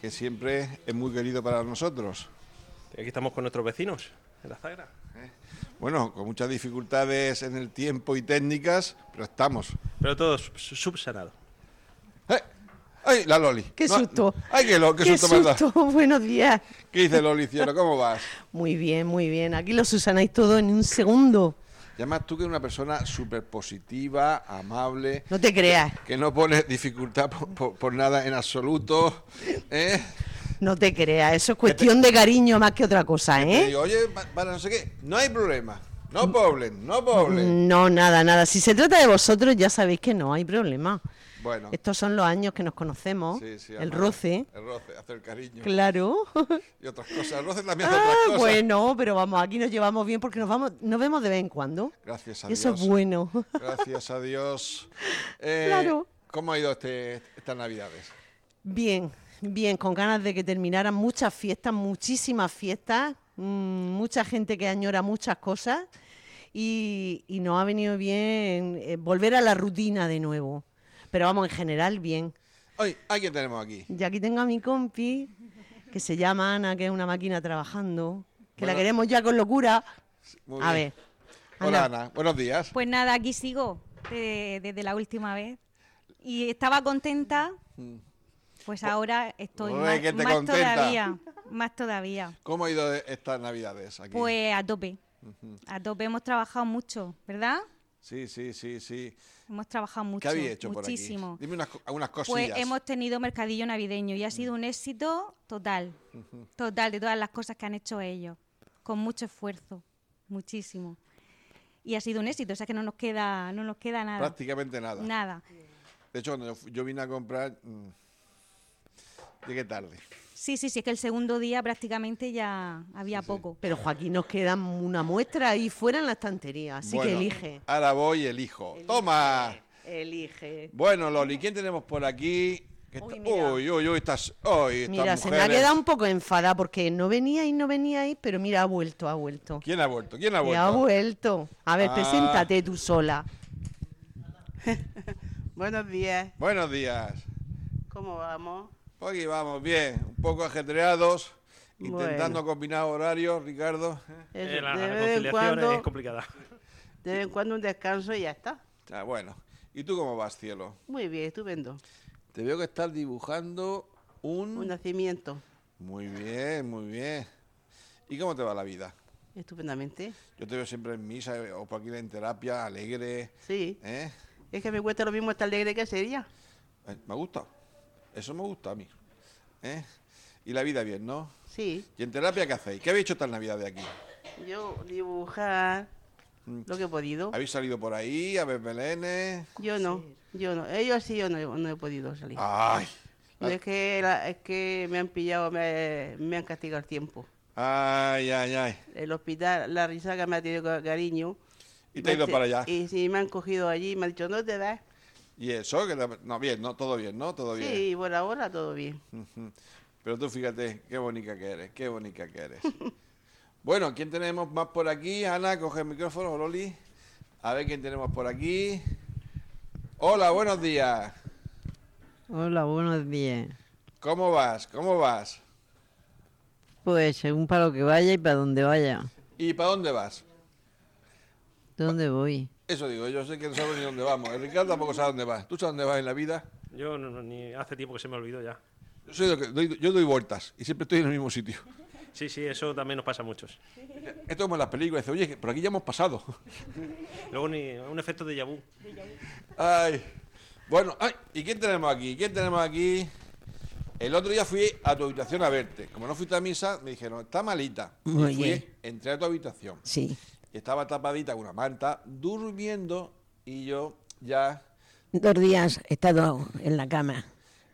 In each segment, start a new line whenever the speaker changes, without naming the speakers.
que siempre es muy querido para nosotros.
Aquí estamos con nuestros vecinos, en la Zagra.
Bueno, con muchas dificultades en el tiempo y técnicas, pero estamos.
Pero todo sub- subsanado.
¡Eh! ¡Ay, la Loli!
Qué
No,
susto.
¡Ay, qué, lo- qué
Qué
susto, me has dado.
susto, buenos días.
¿Qué dice Loli, cielo? ¿Cómo vas?
Muy bien, muy bien. Aquí lo susanáis todo en un segundo.
Y además tú que eres una persona súper positiva, amable,
No te creas,
que no pone dificultad por, por- por nada en absoluto. ¿eh?
no te creas. Eso es cuestión de cariño más que otra cosa,
Te
¿eh?
digo, oye, pa- para no sé qué, no hay problema. No problem, no problem.
No, nada, nada. Si se trata de vosotros, ya sabéis que no hay problema.
Bueno.
Estos son los años que nos conocemos.
Sí, sí,
el
amable.
roce.
El roce, hacer el cariño.
Claro.
Y otras cosas. El roce también hace
Ah,
otras cosas.
bueno, pero vamos, aquí nos llevamos bien porque nos vamos, nos vemos de vez en cuando.
Gracias a
Y Eso
Dios.
es bueno.
Gracias a Dios. Eh,
Claro.
¿Cómo ha ido este, estas navidades?
Bien, bien, con ganas de que terminaran muchas fiestas, muchísimas fiestas, mm, mucha gente que añora muchas cosas y, y nos ha venido bien eh, volver a la rutina de nuevo. Pero vamos, en general, bien.
Hoy, ¿a quién tenemos aquí?
Y aquí tengo a mi compi, que se llama Ana, que es una máquina trabajando, que la
Bueno.
queremos ya con locura.
Muy
a
bien.
ver.
Hola,
Ana.
Ana. Buenos días.
Pues nada, aquí sigo de- desde la última vez. Y estaba contenta, pues ahora estoy
Uy,
más,
que te
más
contenta.
todavía. Más todavía.
¿Cómo ha ido estas navidades aquí?
Pues a tope. A tope hemos trabajado mucho, ¿verdad?
Sí, sí, sí, sí.
Hemos trabajado mucho.
¿Qué habéis hecho por
muchísimo.
aquí? Dime unas, co- algunas cosillas.
Pues hemos tenido mercadillo navideño y ha sido un éxito total. Total, de todas las cosas que han hecho ellos. Con mucho esfuerzo. Muchísimo. Y ha sido un éxito, o sea que no nos queda, no nos queda nada.
Prácticamente nada.
Nada.
De hecho, cuando yo, fu- yo vine a comprar, mm, llegué tarde.
Sí, sí, sí, es que el segundo día prácticamente ya había
sí.
poco.
Pero Joaquín, nos queda una muestra ahí fuera en la estantería, así que
Bueno,
elige.
Ahora voy y elijo. ¡Toma!
Elige.
Bueno, Loli, ¿quién tenemos por aquí? Que
Uy,
está-
mira.
uy, uy, uy, estas, uy, estas
Mira, se me ha
mujeres.
quedado un poco enfadada porque no veníais, no veníais, pero mira, ha vuelto, ha vuelto.
¿Quién ha vuelto? ¿Quién ha
Y
vuelto?
ha vuelto. A ver,
Ah.
preséntate tú sola.
Buenos días,
Buenos días.
¿cómo vamos?
Pues Aquí vamos, bien, un poco ajetreados,
Bueno.
intentando combinar horarios, Ricardo.
Eh,
Eh, la
de, vez en
reconciliación es
cuando,
complicada.
de vez en cuando un descanso y ya está.
Ah, bueno, ¿y tú cómo vas, cielo?
Muy bien, estupendo.
Te veo que estás dibujando un...
Un nacimiento,
Muy bien, muy bien. ¿Y cómo te va la vida?
estupendamente.
Yo te veo siempre en misa eh, o por aquí en terapia, alegre,
Sí,
¿eh?
es que me cuesta lo mismo estar alegre que ese día.
Eh, Me gusta, eso me gusta a mí, ¿eh? Y la vida bien, ¿no?
Sí,
¿Y en terapia qué hacéis? ¿Qué habéis hecho esta Navidad de aquí?
yo dibujar
Mm.
lo que he podido.
¿Habéis salido por ahí a ver belenes?
Yo no, yo no. Ellos sí, yo no, he- no he podido salir.
¡Ay!
No,
ah.
es, que la- es que me han pillado, me, me han castigado el tiempo.
¡Ay, ay, ay!
El hospital, la risaca me ha tenido ca- cariño.
Y te has ido
Me-
para allá.
Y sí, me han cogido allí y me han dicho, no te vas.
¿Y eso? Que la- No, bien, ¿no? Todo bien, ¿no? Todo bien.
Sí, por ahora todo bien.
Ujú. Pero tú fíjate, qué bonita que eres, qué bonita que eres. bueno, ¿quién tenemos más por aquí? Ana, coge el micrófono, Loli. A ver quién tenemos por aquí. Hola, buenos días.
Hola, buenos días.
¿Cómo vas? ¿Cómo vas?
Pues según para lo que vaya y para donde vaya.
¿Y para dónde vas?
¿Dónde voy?
Eso digo, yo sé que no sabes ni dónde vamos. El Ricardo tampoco sabe dónde vas. ¿Tú sabes dónde vas en la vida?
Yo no- no, ni hace tiempo que se me olvidó ya.
Yo, soy lo que doy, yo doy vueltas y siempre estoy en el mismo sitio.
Sí, sí, eso también nos pasa a muchos.
Esto es como en las películas. Dice, oye, que por aquí ya hemos pasado.
Luego ni, un efecto de vu.
Ay. Bueno, ay, ¿y quién tenemos aquí? ¿Quién tenemos aquí? El otro día fui a tu habitación a verte. Como no fuiste a misa, me dijeron, está malita. Y
Muy
fui,
bien.
entré a tu habitación.
Sí.
Y estaba tapadita con una manta, durmiendo, y yo ya
Dos días he estado en la cama.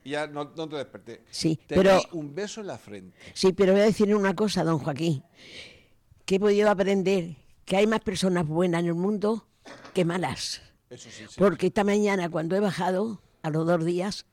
y ya no, no te desperté.
Sí,
Te
pero-
di un beso en la frente.
Sí, pero voy a decirle una cosa, don Joaquín, que he podido aprender que hay más personas buenas en el mundo que malas.
Eso sí, sí.
Porque esta mañana cuando he bajado, a los dos días,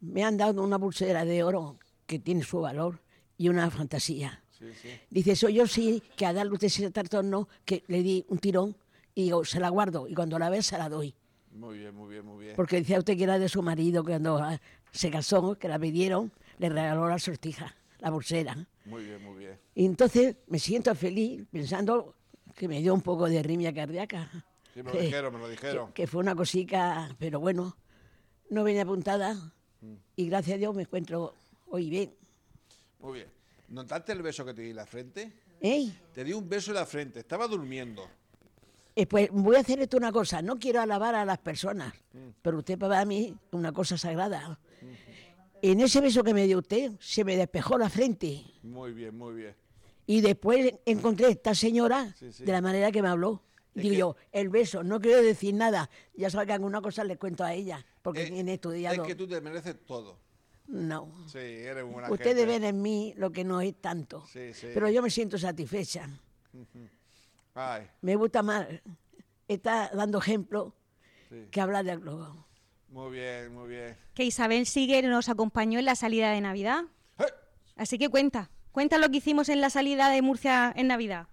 me han dado una pulsera de oro que tiene su valor y una fantasía.
sí, sí.
Dice, soy yo sí, que a darle usted ese trastorno, que le di un tirón y digo, se la guardo y cuando la vea se la doy.
Muy bien, muy bien, muy bien.
Porque decía usted que era de su marido, que cuando ah, se casó, que la pidieron, le regaló la sortija, la pulsera.
Muy bien, muy bien.
Y entonces me siento feliz pensando que me dio un poco de arritmia cardíaca.
Sí, me lo
Que-
dijeron, me lo dijeron.
Que, que fue una cosica, pero bueno, no venía apuntada y gracias a Dios me encuentro hoy bien.
Muy bien. ¿Notaste el beso que te di en la frente?
¿Eh?
Te di un beso en la frente. Estaba durmiendo.
Eh, pues voy a hacer esto una cosa, no quiero alabar a las personas,
Mm.
pero usted para mí es una cosa sagrada. En ese beso que me dio usted, se me despejó la frente
Muy bien, muy bien.
y después encontré a esta señora
Sí, sí.
de la manera que me habló.
Es
Digo
que-
yo, el beso, no quiero decir nada, ya sabe que alguna cosa le cuento a ella, porque
Eh,
tiene estudiado.
Es que tú te mereces todo.
No.
Sí, eres una
Ustedes ven en mí lo que no es tanto,
Sí, sí.
pero yo me siento satisfecha.
Ay,
Me gusta más. Está dando ejemplo
sí.
que hablar de algo.
Muy bien, muy bien.
Que Isabel Siger nos acompañó en la salida de Navidad.
¡Eh!
Así que cuenta, cuenta lo que hicimos en la salida de Murcia en Navidad.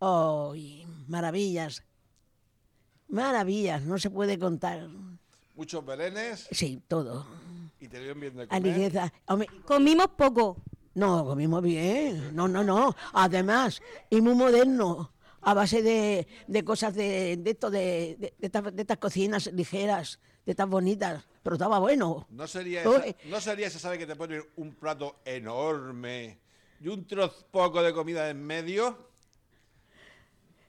¡Ay! maravillas. Maravillas, no se puede contar.
Muchos belenes
Sí, todo.
y te dieron bien de comer.
Aligeza. Hombre,
Comimos poco,
No, comimos bien. No, no, no. Además, y muy moderno. A base de, de cosas de, de esto, de, de- de estas, de estas cocinas ligeras, de estas bonitas. Pero estaba bueno.
No sería,
Oh,
esa,
eh.
no sería esa, sabe que te ponen un plato enorme y un trozo poco de comida en medio.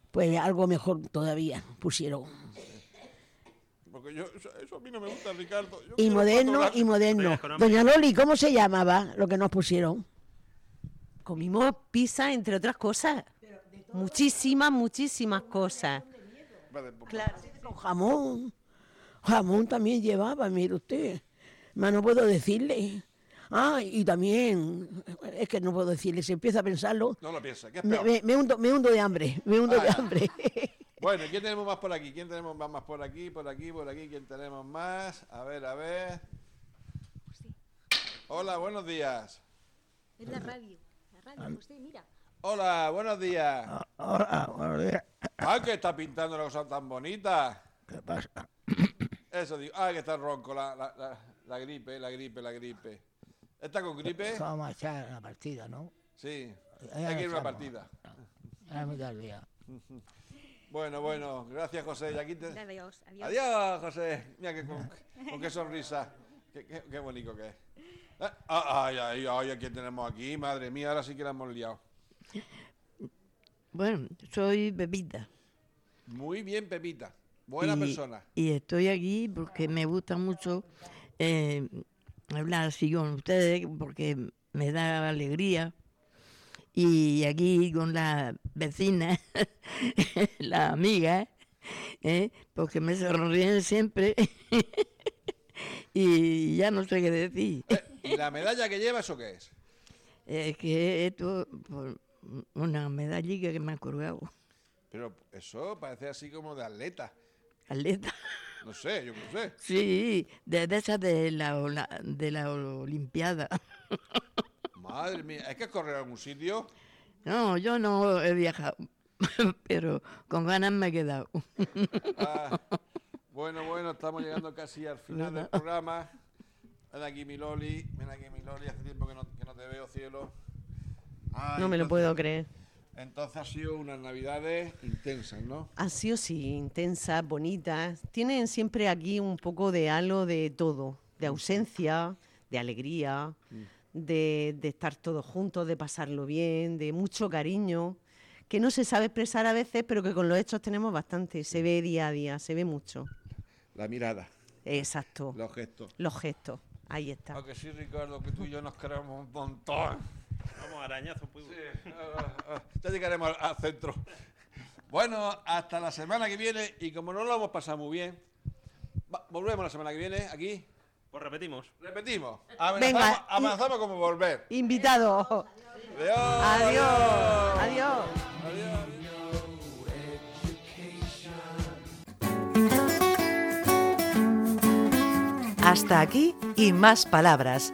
Pues algo mejor todavía pusieron.
Porque yo, eso, eso a mí no me gusta, Ricardo. Yo
Y
quiero un
moderno,
plato
y
grande.
moderno.
Oiga, económico.
Doña Loli, ¿cómo se llamaba lo que nos pusieron?
Comimos pizza, entre otras cosas. Muchísimas, muchísimas cosas.
Vale, pues,
Con jamón. Jamón también llevaba, mire usted. Mas no puedo decirle. Ah, y también, es que no puedo decirle, se empieza a pensarlo.
No lo piensa, ¿qué es
Me,
peor?
me- me hundo, me hundo de hambre, me hundo
Ah,
de
ya.
hambre.
Bueno, ¿quién tenemos más por aquí? ¿Quién tenemos más, más por aquí? Por aquí, por aquí, ¿quién tenemos más? A ver, a ver. Hola, buenos días.
Es la radio. La radio, pues usted mira.
Hola, buenos
Ah.
días.
Hola, buenos días.
Ah, que está pintando una cosa tan bonita.
¿Qué pasa?
Eso digo. Ah, que está ronco la, la, la- la gripe, la gripe, la gripe. ¿Está con gripe?
Vamos a echar la partida, ¿no?
Sí.
Ya
Hay que ir a una
echamos.
partida.
Ya me da el día.
Bueno, bueno. Gracias, José. Y aquí te-
Adiós, adiós.
Adiós, José. Mira que con, con qué sonrisa. Qué, qué- qué bonito que es. Ah, ah, Ay, ay, ay, ¿a quién tenemos aquí? Madre mía, ahora sí que la hemos liado.
Bueno, soy Bebita.
Muy bien, Pepita. Buena
y,
persona.
Y estoy aquí porque me gusta mucho eh, hablar así con ustedes, porque me da alegría. Y aquí con las vecinas, las amigas, eh, porque me sonríen siempre. y ya no sé qué decir.
Eh, ¿Y la medalla que lleva, eso qué es?
Es que esto, por una medallita que me ha colgado,
Pero eso parece así como de atleta.
atleta.
No sé, yo qué sé.
Sí, de, de esas de la, ola- de la Olimpiada.
Madre mía, ¿es que correr a algún sitio?
No, yo no he viajado, pero con ganas me he quedado.
Ah, bueno, bueno, estamos llegando casi al final del programa. Ven aquí, mi Loli. Ven aquí, mi Loli. Hace tiempo que no, que no te veo, cielo. Ay,
No me lo
entonces-
puedo creer.
Entonces ha sido unas navidades intensas, ¿no?
Han sido, sí, intensas, bonitas. Tienen siempre aquí un poco de halo de todo, de ausencia, de alegría, de, de estar todos juntos, de pasarlo bien, de mucho cariño, que no se sabe expresar a veces, pero que con los hechos tenemos bastante. Se ve día a día, se ve mucho.
La mirada,
Exacto.
los gestos.
Los gestos. Ahí está.
Aunque sí, Ricardo, que tú y yo nos queremos un montón.
Vamos, arañazo, pues.
Ah, ah, Ya llegaremos al, al centro. Bueno, hasta la semana que viene. Y como no lo hemos pasado muy bien, va- volvemos la semana que viene aquí
Pues repetimos.
Repetimos. Amenazamos,
Venga, y-
amenazamos como volver.
Invitado.
Adiós.
Adiós. Adiós.
Hasta aquí y más palabras,